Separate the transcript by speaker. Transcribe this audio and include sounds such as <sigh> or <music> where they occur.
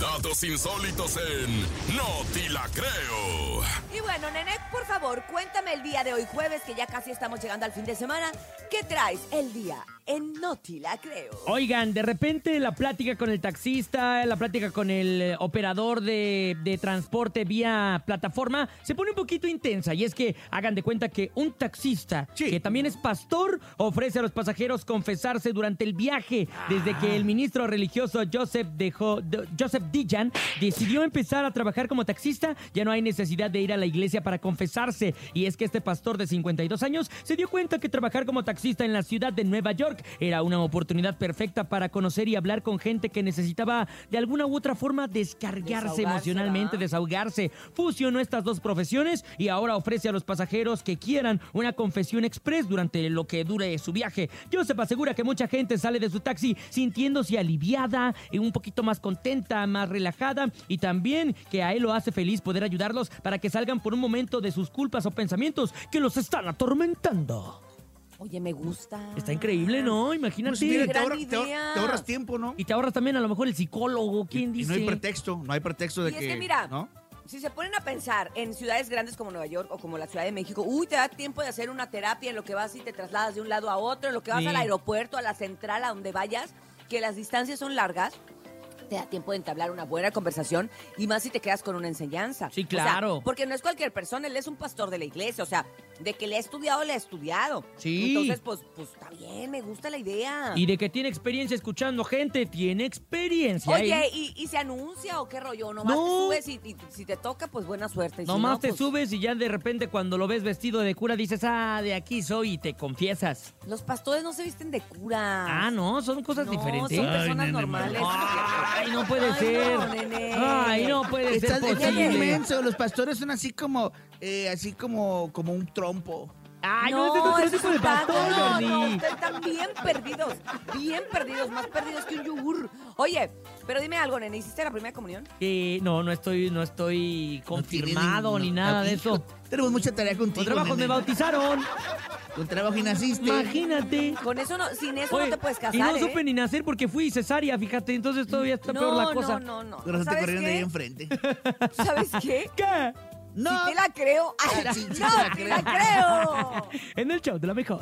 Speaker 1: Datos insólitos en No Ti La Creo.
Speaker 2: Y bueno, Nenek, por favor, cuéntame el día de hoy, jueves, que ya casi estamos llegando al fin de semana. ¿Qué traes el día en No Ti La Creo?
Speaker 3: Oigan, de repente la plática con el taxista, la plática con el eh, operador de, de transporte vía plataforma se pone un poquito intensa. Y es que hagan de cuenta que un taxista,
Speaker 4: Sí.
Speaker 3: que también es pastor, ofrece a los pasajeros confesarse durante el viaje. Desde que el ministro religioso Joseph, dejó, de- Joseph Dijan decidió empezar a trabajar como taxista, ya no hay necesidad de ir a la iglesia para confesarse. Y es que este pastor de 52 años se dio cuenta que trabajar como taxista en la ciudad de Nueva York era una oportunidad perfecta para conocer y hablar con gente que necesitaba de alguna u otra forma descargarse
Speaker 2: Desahogarse,
Speaker 3: emocionalmente,
Speaker 2: ¿verdad?
Speaker 3: desahogarse. Fusionó estas dos profesiones y ahora ofrece a los pasajeros que quieran una confesión express durante lo que dure su viaje. Joseph asegura que mucha gente sale de su taxi sintiéndose aliviada, eh, un poquito más contenta, más relajada y también que a él lo hace feliz poder ayudarlos para que salgan por un momento de sus culpas o pensamientos que los están atormentando.
Speaker 2: Oye, me gusta.
Speaker 3: Está increíble, ¿no?
Speaker 4: Pues mira,
Speaker 3: Imagínate.
Speaker 4: te,
Speaker 2: gran
Speaker 4: ahorra- te ahor-
Speaker 2: idea.
Speaker 4: te ahorras tiempo, ¿no?
Speaker 3: Y te ahorras también a lo mejor el psicólogo, ¿quién
Speaker 4: Y- y
Speaker 3: dice?
Speaker 4: no hay pretexto, no hay pretexto de
Speaker 2: Y es
Speaker 4: que.
Speaker 2: que mira,
Speaker 4: ¿no?
Speaker 2: si se ponen a pensar en ciudades grandes como Nueva York o como la Ciudad de México, uy, te da tiempo de hacer una terapia en lo que vas y te trasladas de un lado a otro, en lo que vas
Speaker 3: Sí.
Speaker 2: al aeropuerto, a la central, a donde vayas, que las distancias son largas. Te da tiempo de entablar una buena conversación y más si te quedas con una enseñanza.
Speaker 3: Sí,
Speaker 2: O sea,
Speaker 3: claro.
Speaker 2: porque no es cualquier persona, él es un pastor de la iglesia. O sea, de que le ha estudiado, le ha estudiado.
Speaker 3: Sí.
Speaker 2: Entonces, pues, pues está bien, me gusta la idea.
Speaker 3: Y de que tiene experiencia escuchando gente, tiene experiencia.
Speaker 2: Oye,
Speaker 3: ¿eh?
Speaker 2: ¿y, y se anuncia o qué rollo? Nomás
Speaker 3: No.
Speaker 2: te subes y, y si te toca, pues buena suerte. Y si
Speaker 3: Nomás
Speaker 2: no,
Speaker 3: te
Speaker 2: pues,
Speaker 3: subes y ya de repente cuando lo ves vestido de cura dices, ah, de aquí soy y te confiesas.
Speaker 2: Los pastores no se visten de cura.
Speaker 3: Ah, no, son cosas
Speaker 2: No,
Speaker 3: diferentes.
Speaker 2: Son
Speaker 3: Ay,
Speaker 2: personas
Speaker 4: nene,
Speaker 2: normales.
Speaker 3: Ay, no puede
Speaker 2: Ay,
Speaker 3: ser.
Speaker 2: no, nene.
Speaker 3: Ay, no puede ser
Speaker 4: Estás dejando
Speaker 2: posible.
Speaker 4: inmenso. Los pastores son así como, eh, así como, como un trompo.
Speaker 3: Ay, no, ese es otro
Speaker 2: ese
Speaker 3: tipo de
Speaker 2: un taco.
Speaker 3: pastor,
Speaker 2: No,
Speaker 3: Jordi.
Speaker 2: no, ustedes están bien perdidos. Bien perdidos, más perdidos que un yogur. Oye, pero dime algo, nene. ¿Hiciste la primera comunión?
Speaker 3: Eh, no, no estoy, no estoy confirmado
Speaker 4: tiene
Speaker 3: ni nada de
Speaker 4: hijo,
Speaker 3: eso.
Speaker 4: <laughs> Tenemos mucha tarea contigo.
Speaker 3: Con trabajo me
Speaker 4: nene.
Speaker 3: bautizaron.
Speaker 4: Con trabajo y naciste.
Speaker 3: Imagínate.
Speaker 2: Con eso no, sin eso
Speaker 3: Oye,
Speaker 2: no te puedes casar.
Speaker 3: y no
Speaker 2: ¿eh?
Speaker 3: supe ni nacer porque fui cesárea, fíjate, entonces todavía está
Speaker 2: no,
Speaker 3: peor la cosa.
Speaker 2: No, no,
Speaker 4: Pero
Speaker 2: no.
Speaker 4: se te
Speaker 2: ¿Sabes
Speaker 4: corrieron de ahí
Speaker 2: qué?
Speaker 3: <laughs>
Speaker 4: enfrente.
Speaker 2: ¿Sabes qué?
Speaker 3: ¿Qué?
Speaker 4: No,
Speaker 2: <laughs> Si te la creo. Ay,
Speaker 4: Sí, sí te
Speaker 2: no,
Speaker 4: la
Speaker 2: te la
Speaker 4: creo.
Speaker 2: creo.
Speaker 3: En el show de la mejor.